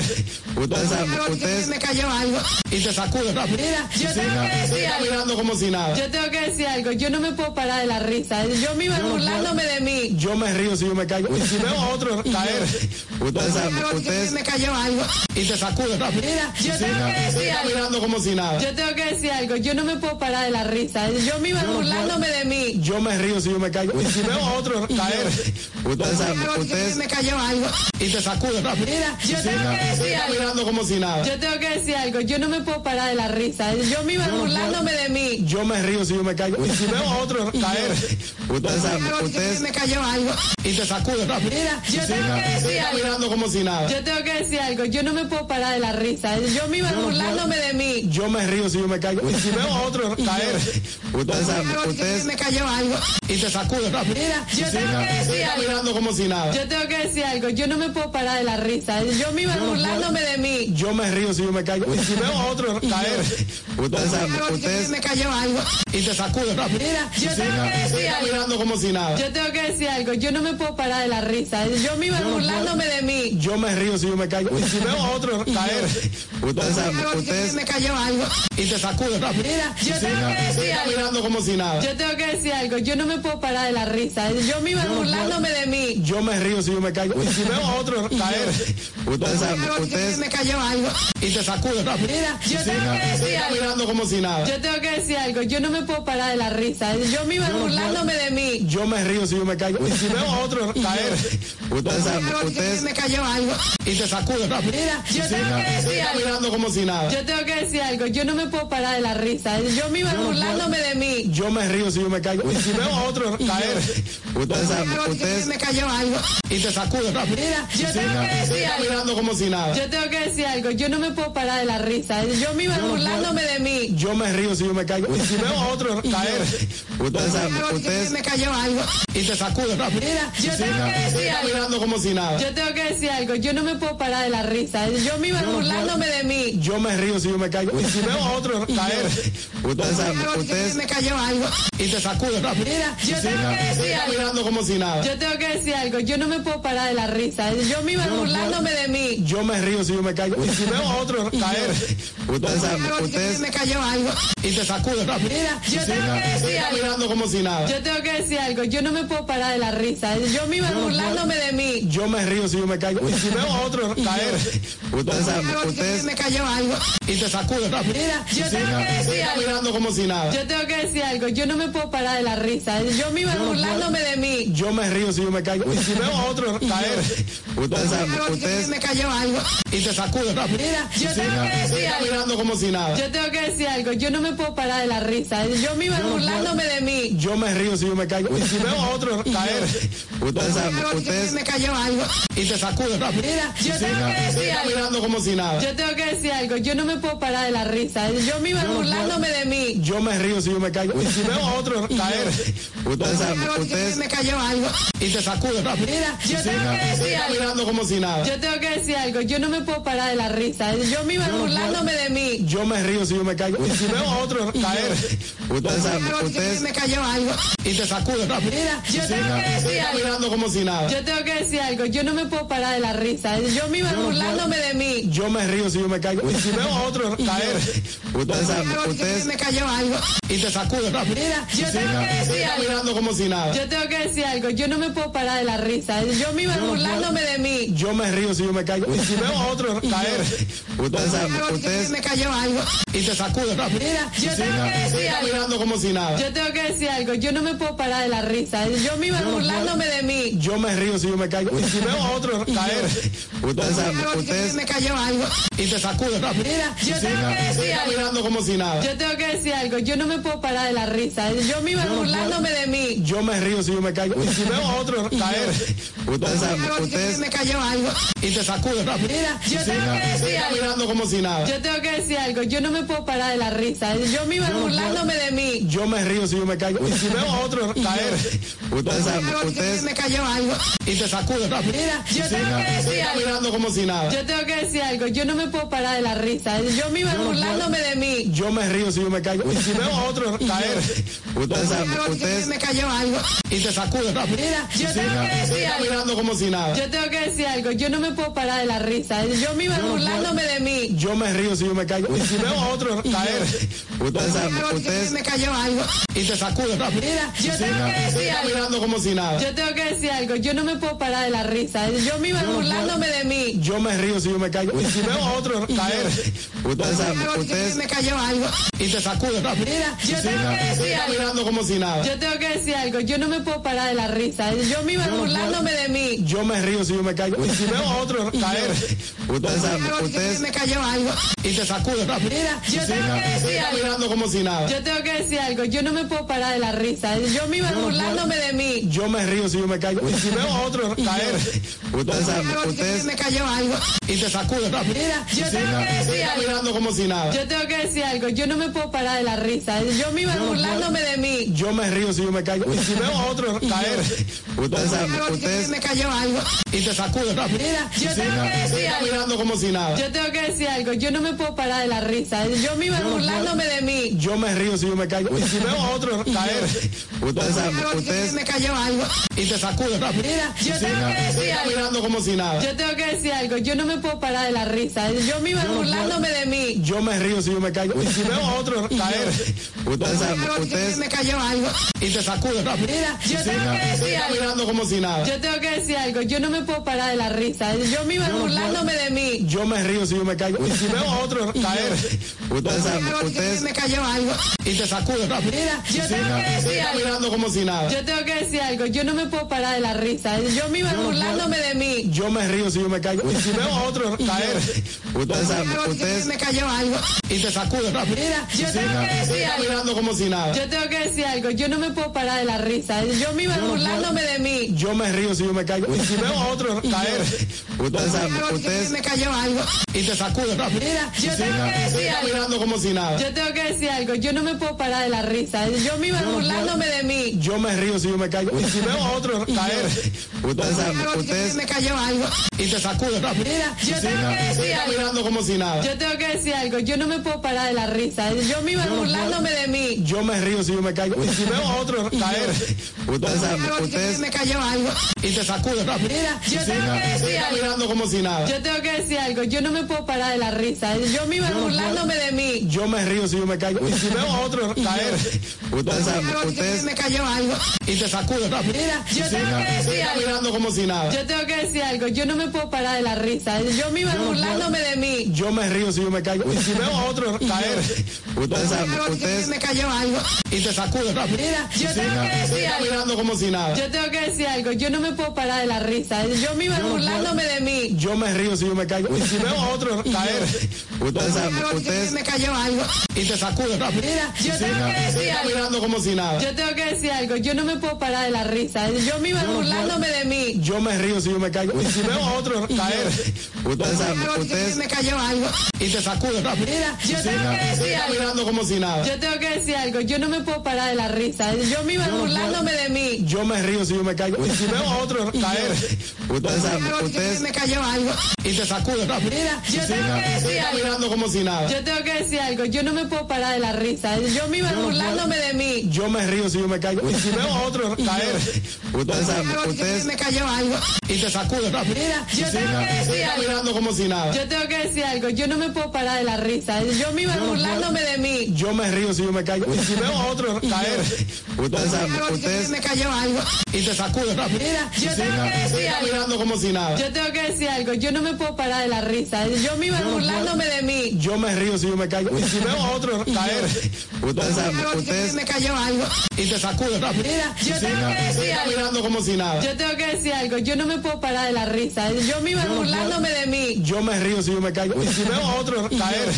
Speaker 3: ustedes saben, ustedes,
Speaker 4: me cayó algo.
Speaker 1: y te sacude rápido.
Speaker 2: Mira, yo tengo que
Speaker 1: Estoy
Speaker 2: decir algo,
Speaker 1: caminando como si nada.
Speaker 2: yo tengo que decir algo, yo no me puedo parar de la risa, yo misma burlándome de mí.
Speaker 1: Yo me río si yo me caigo. Y si veo a otro caer
Speaker 3: ustedes saben, ustedes,
Speaker 4: me cayó algo.
Speaker 1: y te sacude rápido.
Speaker 2: Mira, yo tengo que
Speaker 1: Estoy
Speaker 2: decir algo,
Speaker 1: caminando como si nada.
Speaker 2: yo tengo que decir algo, yo no me puedo parar de la risa, yo misma burlándome de mí.
Speaker 1: Yo me río si yo me caigo. Y si veo a otro caer
Speaker 3: ustedes saben, ustedes,
Speaker 4: me cayó algo.
Speaker 1: y te sacude rápido.
Speaker 2: Mira, yo tengo que
Speaker 1: Estoy
Speaker 2: decir algo,
Speaker 1: caminando como si nada.
Speaker 2: yo tengo que decir algo, yo no me puedo parar de la risa, yo misma burlándome de mí.
Speaker 1: Yo me río si yo me caigo. Y si veo a otro caer
Speaker 3: ustedes saben, ustedes,
Speaker 4: me cayó algo.
Speaker 1: y te sacude rápido.
Speaker 2: Mira, yo tengo que
Speaker 1: Estoy
Speaker 2: decir algo.
Speaker 1: caminando como si nada.
Speaker 2: Yo tengo que decir algo, yo no me puedo parar de la risa, yo misma burlándome de mí.
Speaker 1: Yo me río si yo me caigo. Y si veo a otro caer
Speaker 3: ustedes saben, ustedes,
Speaker 4: me cayó algo.
Speaker 1: y te sacude rápido.
Speaker 2: Mira, yo tengo que
Speaker 1: Estoy
Speaker 2: decir algo,
Speaker 1: caminando como si nada.
Speaker 2: yo tengo que decir algo, yo no me puedo parar de la risa, yo misma burlándome de mí.
Speaker 1: Yo me río si yo me caigo. Y si veo a otro caer
Speaker 3: ustedes saben, ustedes,
Speaker 4: me cayó algo.
Speaker 1: y te sacude rápido.
Speaker 2: Mira, yo tengo que
Speaker 1: Estoy
Speaker 2: decir algo,
Speaker 1: caminando como si nada.
Speaker 2: yo tengo que decir algo, yo no me puedo parar de la risa, yo misma burlándome de mí.
Speaker 1: Yo me río si yo me caigo. Y si veo a otro caer
Speaker 3: ustedes saben, ustedes,
Speaker 4: me cayó algo.
Speaker 1: y te sacude rápido.
Speaker 2: Mira, yo tengo que
Speaker 1: Estoy
Speaker 2: decir algo,
Speaker 1: caminando como si nada.
Speaker 2: yo tengo que decir algo, yo no me puedo parar de la risa, yo misma burlándome de mí.
Speaker 1: Yo me río si yo me caigo. Y si veo a otro caer
Speaker 3: ustedes saben, ustedes,
Speaker 4: me cayó algo.
Speaker 1: y te sacude rápido.
Speaker 2: Mira, yo tengo que
Speaker 1: Estoy
Speaker 2: decir algo.
Speaker 1: caminando como si nada.
Speaker 2: Yo tengo que decir algo, yo no me puedo parar de la risa, yo misma burlándome de mí.
Speaker 1: Yo me río si yo me caigo. Y si veo a otro caer
Speaker 3: ustedes saben, ustedes,
Speaker 4: me cayó algo.
Speaker 1: y te sacude rápido.
Speaker 2: Mira, yo tengo que
Speaker 1: Estoy
Speaker 2: decir algo,
Speaker 1: caminando como si nada.
Speaker 2: yo tengo que decir algo, yo no me puedo parar de la risa, yo misma burlándome de mí.
Speaker 1: Yo me río si yo me caigo. Y si veo a otro caer
Speaker 3: ustedes saben, ustedes,
Speaker 4: me cayó algo.
Speaker 1: y te sacude rápido.
Speaker 2: Mira, yo tengo que
Speaker 1: Estoy
Speaker 2: decir algo,
Speaker 1: caminando como si nada.
Speaker 2: yo tengo que decir algo, yo no me puedo parar de la risa, yo misma burlándome de mí.
Speaker 1: Yo me río si yo me caigo. Y si veo a otro caer
Speaker 3: ustedes saben, ustedes,
Speaker 4: me cayó algo.
Speaker 1: y te sacude rápido.
Speaker 2: Mira, yo tengo que
Speaker 1: Estoy
Speaker 2: decir algo,
Speaker 1: caminando como si nada.
Speaker 2: yo tengo que decir algo, yo no me puedo parar de la risa, yo misma burlándome de mí.
Speaker 4: caí.
Speaker 1: Yo me río si yo me caigo. Y si veo a otro caer
Speaker 3: ustedes saben,
Speaker 4: Algo, dije que
Speaker 3: ustedes,
Speaker 4: me cayó algo.
Speaker 1: y te sacude rápido.
Speaker 2: Mira, yo tengo que
Speaker 1: Estoy
Speaker 2: decir algo.
Speaker 1: caminando como si nada.
Speaker 2: Yo tengo que decir algo. Yo no me puedo parar de la risa. Yo me iba
Speaker 1: Yo no
Speaker 2: burlándome
Speaker 1: puedo.
Speaker 2: de mí.
Speaker 1: Yo me río si yo me caigo. Y si veo a otro caer
Speaker 3: ustedes saben,
Speaker 4: Algo, dije que
Speaker 3: ustedes,
Speaker 4: me cayó algo.
Speaker 1: y te sacude rápido.
Speaker 2: Mira, yo tengo que
Speaker 1: Estoy
Speaker 2: decir algo.
Speaker 1: caminando como si nada.
Speaker 2: Yo tengo que decir algo. Yo no me puedo parar de la risa. Yo me iba
Speaker 1: no puedo.
Speaker 2: burlándome de mí.
Speaker 1: Yo me río si yo me caigo. Y si veo a otro caer
Speaker 3: ustedes saben,
Speaker 4: Algo, dije que
Speaker 3: ustedes,
Speaker 4: me cayó algo.
Speaker 1: y te sacude rápido.
Speaker 2: Mira, yo tengo que
Speaker 1: Estoy
Speaker 2: decir algo.
Speaker 1: caminando como si nada.
Speaker 2: Yo tengo que decir algo. Yo no me puedo parar de la risa. Yo me iba
Speaker 1: no puedo.
Speaker 2: burlándome de mí.
Speaker 1: Yo me río si yo me caigo. Y si veo a otro caer
Speaker 3: ustedes saben,
Speaker 4: Algo, dije que
Speaker 3: ustedes,
Speaker 4: me cayó algo.
Speaker 1: y te sacude rápido.
Speaker 2: Mira, yo tengo que
Speaker 1: Estoy
Speaker 2: decir algo.
Speaker 1: caminando como si nada.
Speaker 2: Yo tengo que decir algo. Yo no me puedo parar de la risa. Yo me iba
Speaker 1: no puedo.
Speaker 2: burlándome de mí.
Speaker 1: Yo me río si yo me caigo. Y si veo a otro caer
Speaker 3: ustedes saben,
Speaker 4: Algo, dije que
Speaker 3: ustedes,
Speaker 4: me cayó algo.
Speaker 1: y te sacude rápido.
Speaker 2: Mira, yo tengo que
Speaker 1: Estoy
Speaker 2: decir algo.
Speaker 1: caminando como si nada.
Speaker 2: Yo tengo que decir algo. Yo no me puedo parar de la risa. Yo me iba
Speaker 1: no puedo.
Speaker 2: burlándome de mí.
Speaker 1: Yo me río si yo me caigo. Y si veo a otro caer
Speaker 3: ustedes saben,
Speaker 4: Algo, dije que
Speaker 3: ustedes,
Speaker 4: me cayó algo.
Speaker 1: y te sacude rápido.
Speaker 2: Mira, yo tengo que
Speaker 1: Estoy
Speaker 2: decir algo.
Speaker 1: caminando como si nada.
Speaker 2: Yo tengo que decir algo. Yo no me puedo parar de la risa. Yo me iba
Speaker 1: no puedo.
Speaker 2: burlándome de mí.
Speaker 1: Yo me río si yo me caigo. Y si veo a otro caer
Speaker 3: ustedes saben,
Speaker 4: Algo, dije que
Speaker 3: ustedes,
Speaker 4: me cayó algo.
Speaker 1: y te sacude rápido.
Speaker 2: Mira, yo tengo que
Speaker 1: Estoy
Speaker 2: decir algo.
Speaker 1: caminando como si nada.
Speaker 2: Yo tengo que decir algo. Yo no me puedo parar de la risa. Yo me iba
Speaker 1: no puedo.
Speaker 2: burlándome de mí.
Speaker 1: Yo me río si yo me caigo. Y si veo a otro caer
Speaker 3: ustedes saben,
Speaker 4: Algo, dije que
Speaker 3: ustedes,
Speaker 4: me cayó algo.
Speaker 1: y te sacude rápido.
Speaker 2: Mira, yo tengo
Speaker 1: Estoy
Speaker 2: que decir algo.
Speaker 1: caminando como si nada.
Speaker 2: Yo tengo que decir algo. Yo no me puedo parar de la risa. Yo me iba
Speaker 1: no puedo.
Speaker 2: burlándome de mí.
Speaker 1: Yo me río si yo me caigo. Y si veo a otro caer
Speaker 3: ustedes saben,
Speaker 4: Algo, dije que
Speaker 3: ustedes,
Speaker 4: me cayó algo.
Speaker 1: y te sacude rápido.
Speaker 2: Mira, yo tengo que
Speaker 1: Estoy
Speaker 2: decir algo.
Speaker 1: caminando como si nada.
Speaker 2: Yo tengo que decir algo. Yo no me puedo parar de la risa. Yo me iba
Speaker 1: no puedo.
Speaker 2: burlándome de mí.
Speaker 1: Yo me río si yo me caigo. Y si veo a otro caer
Speaker 3: ustedes saben,
Speaker 4: Algo, dije que
Speaker 3: ustedes,
Speaker 4: me cayó algo.
Speaker 1: y te sacude rápido.
Speaker 2: Mira, yo tengo
Speaker 1: Estoy
Speaker 2: que decir algo.
Speaker 1: caminando como si nada.
Speaker 2: Yo tengo que decir algo. Yo no me puedo parar de la risa. Yo me iba
Speaker 1: no puedo.
Speaker 2: burlándome de mí.
Speaker 1: Yo me río si yo me caigo. Y si veo a otro caer
Speaker 3: ustedes saben,
Speaker 4: Algo, dije que
Speaker 3: ustedes,
Speaker 4: me cayó algo.
Speaker 1: y te sacude rápido.
Speaker 2: Mira, yo tengo que
Speaker 1: Estoy
Speaker 2: decir algo.
Speaker 1: caminando como si nada.
Speaker 2: Yo tengo que decir algo. Yo no me puedo parar de la risa. Yo me iba
Speaker 1: no puedo.
Speaker 2: burlándome de mí.
Speaker 1: Yo me río si yo me caigo. Y si veo a otro caer
Speaker 3: ustedes saben,
Speaker 4: Algo, dije que
Speaker 3: ustedes,
Speaker 4: me cayó algo.
Speaker 1: y te sacude rápido.
Speaker 2: Mira, yo tengo que
Speaker 1: Estoy
Speaker 2: decir algo.
Speaker 1: caminando como si nada.
Speaker 2: Yo tengo que decir algo. Yo no me puedo parar de la risa. Yo me iba
Speaker 1: no puedo.
Speaker 2: burlándome de mí.
Speaker 1: Yo me río si yo me caigo. Y si veo a otro caer
Speaker 3: ustedes saben,
Speaker 4: Algo, dije que
Speaker 3: ustedes,
Speaker 4: me cayó algo.
Speaker 1: y te sacude rápido.
Speaker 2: Mira, yo tengo que
Speaker 1: Estoy
Speaker 2: decir algo.
Speaker 1: caminando como si nada.
Speaker 2: Yo tengo que decir algo. Yo no me puedo parar de la risa. Yo me iba burlándome de mí.
Speaker 1: Yo me río si yo me caigo. Y si veo a otro caer
Speaker 3: ustedes saben,
Speaker 4: Algo, dije que
Speaker 3: ustedes,
Speaker 4: me cayó algo.
Speaker 1: y te sacude rápido.
Speaker 2: Mira, yo tengo que decir algo.
Speaker 1: Caminando como si nada.
Speaker 2: Yo tengo que decir algo. Yo no me puedo parar de la risa. Yo me iba burlándome de mí.
Speaker 1: Yo me río si yo me caigo. Y si veo a otro caer
Speaker 3: ustedes saben,
Speaker 4: Algo, dije que
Speaker 3: ustedes,
Speaker 4: me cayó algo.
Speaker 1: y te sacude rápido.
Speaker 2: Mira, yo tengo que decir algo.
Speaker 1: Caminando como si nada.
Speaker 2: Yo tengo que decir algo. Yo no me puedo parar de la risa. Yo me iba burlándome de mí.
Speaker 1: Yo me río si yo me caigo. Y si veo a otro caer
Speaker 3: ustedes saben,
Speaker 4: Algo, dije que
Speaker 3: ustedes,
Speaker 4: me cayó algo.
Speaker 1: y te sacude rápido.
Speaker 2: Mira, yo tengo que decir algo.
Speaker 1: Caminando como si nada.
Speaker 2: Yo tengo que decir algo. Yo no me puedo parar de la risa. Yo me iba burlándome de mí.
Speaker 1: Yo me río si yo me caigo. Y si veo a otro caer
Speaker 3: ustedes saben,
Speaker 4: Algo, dije que
Speaker 3: ustedes,
Speaker 4: me cayó algo.
Speaker 1: y te sacude rápido.
Speaker 2: Mira, yo tengo que decir algo.
Speaker 1: Caminando como si nada.
Speaker 2: Yo tengo que decir algo. Yo no me puedo parar de la risa. Yo me iba burlándome de mí.
Speaker 1: Yo me río si yo me caigo. Y si veo a otro caer
Speaker 3: ustedes saben,
Speaker 4: Algo, dije que
Speaker 3: ustedes,
Speaker 4: me cayó algo.
Speaker 1: y te sacude rápido.
Speaker 2: Mira, yo tengo que decir algo.
Speaker 1: Caminando como si nada.
Speaker 2: Yo tengo que decir algo. Yo no me puedo parar de la risa. Yo me iba burlándome de mí.
Speaker 1: Yo me río si yo me caigo. Y si veo a otro caer
Speaker 3: ustedes saben,
Speaker 4: Algo, dije que
Speaker 3: ustedes,
Speaker 4: me cayó algo.
Speaker 1: y te sacude rápido.
Speaker 2: Mira, yo tengo que decir algo.
Speaker 1: Caminando como si nada.
Speaker 2: Yo tengo que decir algo. Yo no me puedo parar de la risa. Yo me iba burlándome de mí.
Speaker 1: Yo me río si yo me caigo. Y si veo a otro caer
Speaker 3: ustedes saben,
Speaker 4: Algo, dije que
Speaker 3: ustedes,
Speaker 4: me cayó algo.
Speaker 1: y te sacude rápido.
Speaker 2: Mira, yo tengo que decir algo.
Speaker 1: Caminando como si nada.
Speaker 2: Yo tengo que decir algo. Yo no me puedo parar de la risa. Yo me iba burlándome de mí.
Speaker 1: Yo me río si yo me caigo. Y si veo a otro caer
Speaker 3: ustedes saben,
Speaker 4: Algo, dije que
Speaker 3: ustedes,
Speaker 4: me cayó algo.
Speaker 1: y te sacude rápido.
Speaker 2: Mira, yo tengo que decir algo.
Speaker 1: Caminando como si nada.
Speaker 2: Yo tengo que decir algo. Yo no me puedo parar de la risa. Yo me iba burlándome de mí.
Speaker 1: Yo me río si yo me caigo. Y si veo a otro caer
Speaker 3: ustedes saben,
Speaker 4: Algo, dije que
Speaker 3: ustedes,
Speaker 4: me cayó algo.
Speaker 1: y te sacude rápido.
Speaker 2: Mira, yo tengo que decir algo.
Speaker 1: Caminando como si nada.
Speaker 2: Yo tengo que decir algo. Yo no me puedo parar de la risa. Yo me iba burlándome de mí.
Speaker 1: Yo me río si yo me caigo. Y si veo a otro caer
Speaker 3: ustedes saben,
Speaker 4: Algo, dije que
Speaker 3: ustedes,
Speaker 4: me cayó algo.
Speaker 1: y te sacude rápido.
Speaker 2: Mira, yo tengo que decir algo.
Speaker 1: hablando como si nada.
Speaker 2: Yo tengo que decir algo, yo no me puedo parar de la risa. Yo misma
Speaker 1: Yo no
Speaker 2: burlándome
Speaker 1: puedo.
Speaker 2: de mí.
Speaker 1: Yo me río si yo me caigo. Y si veo a otro caer
Speaker 3: Ustedes saben,
Speaker 4: Ustedes
Speaker 3: ustedes,
Speaker 4: me cayó algo.
Speaker 1: y te sacudo rápido.
Speaker 2: Mira, yo tengo que
Speaker 1: Estoy
Speaker 2: decir algo.
Speaker 1: caminando como si nada.
Speaker 2: Yo tengo que decir algo, yo no me puedo parar de la risa. Yo misma
Speaker 1: Yo no
Speaker 2: burlándome de mí.
Speaker 1: Yo me río si yo me caigo. Y si veo a otro caer
Speaker 3: ustedes saben,
Speaker 4: Ustedes
Speaker 3: ustedes,
Speaker 4: me cayó algo.
Speaker 1: y te sacudo rápido.
Speaker 2: Mira, yo tengo que
Speaker 1: Estoy
Speaker 2: decir algo.
Speaker 1: caminando como si nada.
Speaker 2: Yo tengo que decir algo, yo no me puedo parar de la risa. Yo misma
Speaker 1: no puedo.
Speaker 2: burlándome de mí.
Speaker 1: Yo me río si yo me caigo. Y si veo a otro caer
Speaker 3: ustedes saben,
Speaker 4: Ustedes
Speaker 3: ustedes,
Speaker 4: me cayó algo.
Speaker 1: y te sacudo rápido.
Speaker 2: Mira, yo tengo que
Speaker 1: Estoy
Speaker 2: decir algo.
Speaker 1: caminando como si nada.
Speaker 2: Yo tengo que decir algo, yo no me puedo parar de la risa. Yo misma
Speaker 1: Yo no
Speaker 2: burlándome de mí.
Speaker 1: Yo me río si yo me caigo. Y si veo a otro caer
Speaker 3: ustedes saben,
Speaker 4: Ustedes
Speaker 3: ustedes,
Speaker 4: me cayó algo.
Speaker 1: y te sacudo rápido.
Speaker 2: Mira, yo tengo que
Speaker 1: Estoy
Speaker 2: decir algo.
Speaker 1: caminando como si nada.
Speaker 2: Yo tengo que decir algo, yo no me puedo parar de la risa. Yo misma
Speaker 1: no
Speaker 2: burlándome de mí.
Speaker 1: Yo me río si yo me caigo. Y si veo a otro caer
Speaker 3: ustedes saben,
Speaker 4: Ustedes
Speaker 3: ustedes,
Speaker 4: me cayó algo.
Speaker 1: y te sacudo rápido.
Speaker 2: Mira, yo tengo
Speaker 1: Estoy
Speaker 2: que decir algo.
Speaker 1: caminando como si nada.
Speaker 2: Yo tengo que decir algo, yo no me puedo parar de la risa. Yo misma
Speaker 1: no puedo.
Speaker 2: burlándome de mí.
Speaker 1: Yo me río si yo me caigo. Y si veo a otro caer
Speaker 3: ustedes saben,
Speaker 4: Ustedes
Speaker 3: ustedes,
Speaker 4: me cayó algo.
Speaker 1: y te sacudo rápido.
Speaker 2: Mira, yo tengo que
Speaker 1: Estoy
Speaker 2: decir algo.
Speaker 1: caminando como si nada.
Speaker 2: Yo tengo que decir algo, yo no me puedo parar de la risa. Yo misma
Speaker 1: no puedo.
Speaker 2: burlándome de mí.
Speaker 1: Yo me río si yo me caigo. Y si veo a otro caer
Speaker 3: ustedes saben,
Speaker 4: Ustedes
Speaker 3: ustedes,
Speaker 4: me cayó algo.
Speaker 1: y te sacudo rápido.
Speaker 2: Mira, yo tengo que
Speaker 1: Estoy
Speaker 2: decir algo.
Speaker 1: caminando como si nada.
Speaker 2: Yo tengo que decir algo, yo no me puedo parar de la risa. Yo misma
Speaker 1: no puedo.
Speaker 2: burlándome de mí.
Speaker 1: Yo me río si yo me caigo. Y si veo a otro caer
Speaker 3: ustedes saben,
Speaker 4: Ustedes
Speaker 3: ustedes,
Speaker 4: me cayó algo.
Speaker 1: y te sacudo rápido.
Speaker 2: Mira, yo tengo
Speaker 1: Estoy
Speaker 2: que decir algo.
Speaker 1: caminando como si nada.
Speaker 2: Yo tengo que decir algo, yo no me puedo parar de la risa. Yo misma
Speaker 1: no puedo.
Speaker 2: burlándome de mí.
Speaker 1: Yo me río si yo me eh, caigo. Y si veo a otro caer
Speaker 3: ustedes saben,
Speaker 4: Ustedes
Speaker 3: ustedes,
Speaker 4: me cayó algo.
Speaker 1: y te sacudo rápido.
Speaker 2: Mira, yo tengo que
Speaker 1: Estoy
Speaker 2: decir algo.
Speaker 1: caminando como si nada.
Speaker 2: Yo tengo que decir algo, yo no me puedo parar de la risa. Yo misma
Speaker 1: no puedo.
Speaker 2: burlándome de mí.
Speaker 1: Yo me río si yo me caigo. Y si veo a otro caer
Speaker 3: ustedes saben,
Speaker 4: Ustedes
Speaker 3: ustedes,
Speaker 4: me cayó algo.
Speaker 1: y te sacudo rápido.
Speaker 2: Mira, yo tengo que
Speaker 1: Estoy
Speaker 2: decir algo.
Speaker 1: caminando como si nada.
Speaker 2: Yo tengo que decir algo, yo no me puedo parar de la risa. Yo misma
Speaker 1: no puedo.
Speaker 2: burlándome de mí.
Speaker 1: Yo me río si yo me caigo. Y si veo a otro caer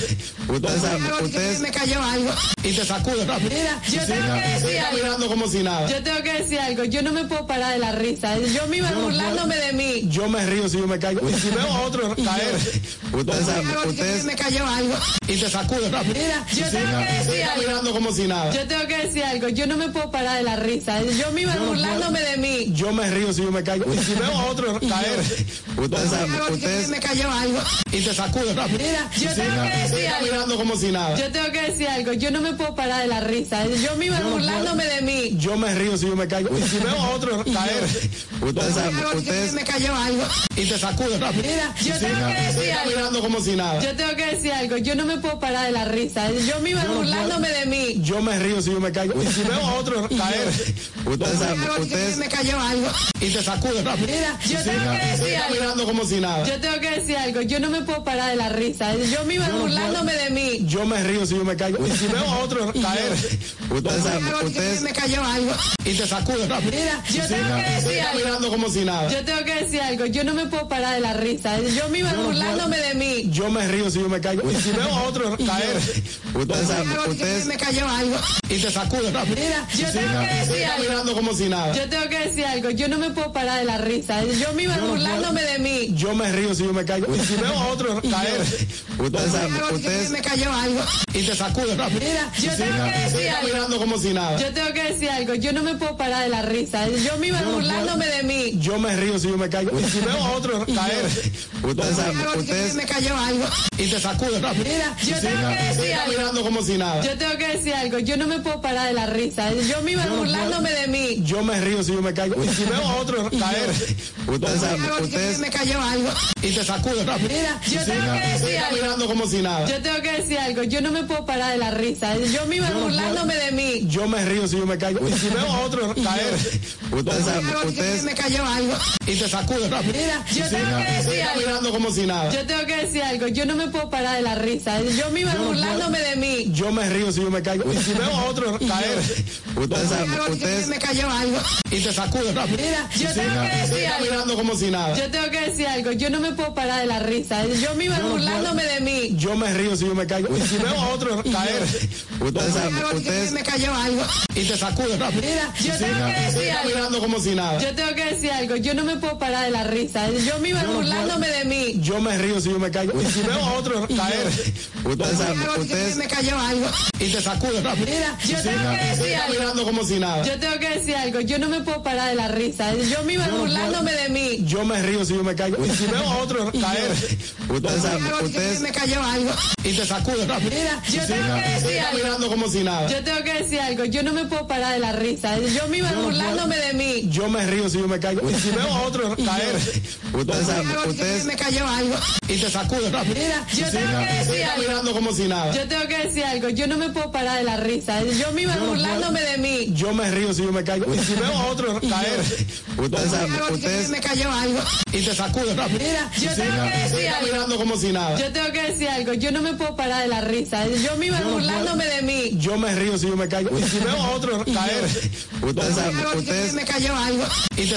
Speaker 3: ustedes saben,
Speaker 4: Ustedes
Speaker 3: ustedes,
Speaker 4: me cayó algo.
Speaker 1: y te sacudo rápido.
Speaker 2: Mira, yo tengo que
Speaker 1: Estoy
Speaker 2: decir algo.
Speaker 1: caminando como si nada.
Speaker 2: Yo tengo que decir algo, yo no me puedo parar de la risa. Yo misma
Speaker 1: no puedo.
Speaker 2: burlándome de mí.
Speaker 1: Yo me río si yo me caigo. Y si veo a otro caer
Speaker 3: ustedes saben,
Speaker 4: Ustedes
Speaker 3: ustedes,
Speaker 4: me cayó algo.
Speaker 1: y te sacudo rápido.
Speaker 2: Mira, yo tengo que
Speaker 1: Estoy
Speaker 2: decir algo.
Speaker 1: caminando como si nada.
Speaker 2: Yo tengo que decir algo, yo no me puedo parar de la risa. Yo misma
Speaker 1: no puedo.
Speaker 2: burlándome de mí.
Speaker 1: Yo me río si yo me caigo. Y si veo a otro caer
Speaker 3: ustedes saben,
Speaker 4: Ustedes
Speaker 3: ustedes,
Speaker 4: me cayó algo.
Speaker 1: y te sacudo rápido.
Speaker 2: Mira, yo tengo que
Speaker 1: Estoy
Speaker 2: decir algo.
Speaker 1: caminando como si nada.
Speaker 2: Yo tengo que decir algo, yo no me puedo parar de la risa. Yo misma
Speaker 1: no puedo.
Speaker 2: burlándome de mí.
Speaker 1: Yo me río si yo me caigo. Y si veo a otro caer
Speaker 3: ustedes saben,
Speaker 4: Ustedes
Speaker 3: ustedes,
Speaker 4: me cayó algo.
Speaker 1: y te sacudo rápido.
Speaker 2: Mira, yo tengo que
Speaker 1: Estoy
Speaker 2: decir algo.
Speaker 1: caminando como si nada.
Speaker 2: Yo tengo que decir algo, yo no me puedo parar de la risa. Yo misma
Speaker 1: no puedo.
Speaker 2: burlándome de mí.
Speaker 1: Yo me río si yo me caigo. Y si veo a otro caer
Speaker 3: ustedes saben,
Speaker 4: Ustedes
Speaker 3: ustedes,
Speaker 4: me cayó algo.
Speaker 1: y te sacudo rápido.
Speaker 2: Mira, yo tengo
Speaker 1: Estoy
Speaker 2: que decir algo.
Speaker 1: caminando como si nada.
Speaker 2: Yo tengo que decir algo, yo no me puedo parar de la risa. Yo misma burlándome de mí.
Speaker 1: Yo me río si yo me caigo. Y si veo a otro caer
Speaker 3: ustedes saben,
Speaker 4: Ustedes
Speaker 3: ustedes,
Speaker 4: me cayó algo.
Speaker 1: y te sacudo rápido.
Speaker 2: Mira, yo tengo que
Speaker 1: Estoy
Speaker 2: decir algo.
Speaker 1: caminando como si nada.
Speaker 2: Yo tengo que decir algo, yo no me puedo parar de la risa. Yo misma burlándome de mí.
Speaker 1: Yo me río si yo me caigo. Y si veo a otro caer
Speaker 3: ustedes saben,
Speaker 4: Ustedes
Speaker 3: ustedes,
Speaker 4: me cayó algo.
Speaker 1: y te sacudo rápido.
Speaker 2: Mira, yo tengo que
Speaker 1: Estoy
Speaker 2: decir algo.
Speaker 1: caminando como si nada.
Speaker 2: Yo tengo que decir algo, yo no me puedo parar de la risa. Yo misma burlándome de mí.
Speaker 1: Yo me río si yo me caigo. Y si veo a otro caer
Speaker 3: ustedes saben,
Speaker 4: Ustedes
Speaker 3: ustedes,
Speaker 4: me cayó algo.
Speaker 1: y te sacudo rápido.
Speaker 2: Mira, yo tengo que
Speaker 1: Estoy
Speaker 2: decir algo.
Speaker 1: caminando como si nada.
Speaker 2: Yo tengo que decir algo, yo no me puedo parar de la risa. Yo misma burlándome de mí.
Speaker 1: Yo me río si yo me caigo. Y si veo a otro caer
Speaker 3: ustedes saben,
Speaker 4: Ustedes
Speaker 3: ustedes,
Speaker 4: me cayó algo.
Speaker 1: y te sacudo rápido.
Speaker 2: Mira, yo tengo que
Speaker 1: Estoy
Speaker 2: decir algo.
Speaker 1: caminando como si nada.
Speaker 2: Yo tengo que decir algo, yo no me puedo parar de la risa. Yo misma burlándome de mí.
Speaker 1: Yo me río si yo me caigo. Y si veo a otro caer
Speaker 3: ustedes saben,
Speaker 4: Ustedes
Speaker 3: ustedes,
Speaker 4: me cayó algo.
Speaker 1: y te sacudo rápido.
Speaker 2: Mira, yo tengo que
Speaker 1: Estoy
Speaker 2: decir algo.
Speaker 1: caminando como si nada.
Speaker 2: Yo tengo que decir algo, yo no me puedo parar de la risa. Yo misma burlándome de mí.
Speaker 1: Yo me río si yo me caigo. Y si veo a otro caer
Speaker 3: ustedes saben,
Speaker 4: Ustedes
Speaker 3: ustedes,
Speaker 4: me cayó algo.
Speaker 1: y te sacudo rápido.
Speaker 2: Mira, yo tengo que
Speaker 1: Estoy
Speaker 2: decir algo.
Speaker 1: caminando como si nada.
Speaker 2: Yo tengo que decir algo, yo no me puedo parar de la risa. Yo misma burlándome de mí.
Speaker 1: Yo me río si yo me caigo. Y si veo a otro caer
Speaker 3: ustedes saben,
Speaker 4: Ustedes
Speaker 3: ustedes,
Speaker 4: me cayó algo.
Speaker 1: y te sacudo rápido.
Speaker 2: Mira, yo tengo que
Speaker 1: Estoy
Speaker 2: decir algo.
Speaker 1: caminando como si nada.
Speaker 2: Yo tengo que decir algo, yo no me puedo parar de la risa. Yo misma burlándome de mí.
Speaker 1: Yo me río si yo me caigo. Y si veo a otro caer
Speaker 3: ustedes saben,
Speaker 4: Ustedes
Speaker 3: ustedes,
Speaker 4: me cayó algo.
Speaker 1: y te sacudo rápido.
Speaker 2: Mira, yo tengo que
Speaker 1: Estoy
Speaker 2: decir algo.
Speaker 1: caminando como si nada.
Speaker 2: Yo tengo que decir algo, yo no me puedo parar de la risa. Yo misma burlándome de mí.
Speaker 1: Yo me río si yo me caigo. Y si veo a otro caer
Speaker 3: ustedes saben,
Speaker 4: Algo, así que
Speaker 3: ustedes-
Speaker 4: me cayó algo.
Speaker 1: y te sacude rápido.
Speaker 2: Mira, yo tengo que
Speaker 1: Estoy
Speaker 2: decir
Speaker 1: caminando
Speaker 2: algo.
Speaker 1: como si nada.
Speaker 2: Yo tengo que decir algo. Yo no me puedo parar de la risa. Yo misma
Speaker 1: Yo no
Speaker 2: burlándome
Speaker 1: puedo.
Speaker 2: de mí.
Speaker 1: Yo me río si yo me caigo. Y si veo a otro caer
Speaker 3: ustedes saben,
Speaker 4: Algo, así que
Speaker 3: ustedes-
Speaker 4: me cayó algo.
Speaker 1: y te sacude rápido.
Speaker 2: Mira, yo tengo que
Speaker 1: Estoy
Speaker 2: decir algo.
Speaker 1: caminando como si nada.
Speaker 2: Yo tengo que decir algo. Yo no me puedo parar de la risa. Yo misma
Speaker 1: no puedo.
Speaker 2: burlándome de mí.
Speaker 1: Yo me río si yo me caigo. Y si veo a otro caer
Speaker 3: ustedes saben,
Speaker 4: Algo, así que
Speaker 3: ustedes-
Speaker 4: me cayó algo.
Speaker 1: y te sacude rápido.
Speaker 2: Mira, yo tengo
Speaker 1: Estoy
Speaker 2: que decir algo.
Speaker 1: caminando como si nada.
Speaker 2: Yo tengo que decir algo. Yo no me puedo parar de la risa. Yo misma
Speaker 1: no puedo.
Speaker 2: burlándome de mí.
Speaker 1: Yo me río si yo me caigo. Y si veo a otro caer
Speaker 3: ustedes saben,
Speaker 4: Algo, así que
Speaker 3: ustedes-
Speaker 4: me cayó algo.
Speaker 1: y te sacude rápido.
Speaker 2: Mira, yo tengo que
Speaker 1: Estoy
Speaker 2: decir algo.
Speaker 1: caminando como si nada.
Speaker 2: Yo tengo que decir algo. Yo no me puedo parar de la risa. Yo misma
Speaker 1: no puedo.
Speaker 2: burlándome de mí.
Speaker 1: Yo me río si yo me caigo. Y si veo a otro caer
Speaker 3: ustedes saben,
Speaker 4: Algo, así que
Speaker 3: ustedes-
Speaker 4: me cayó algo.
Speaker 1: y te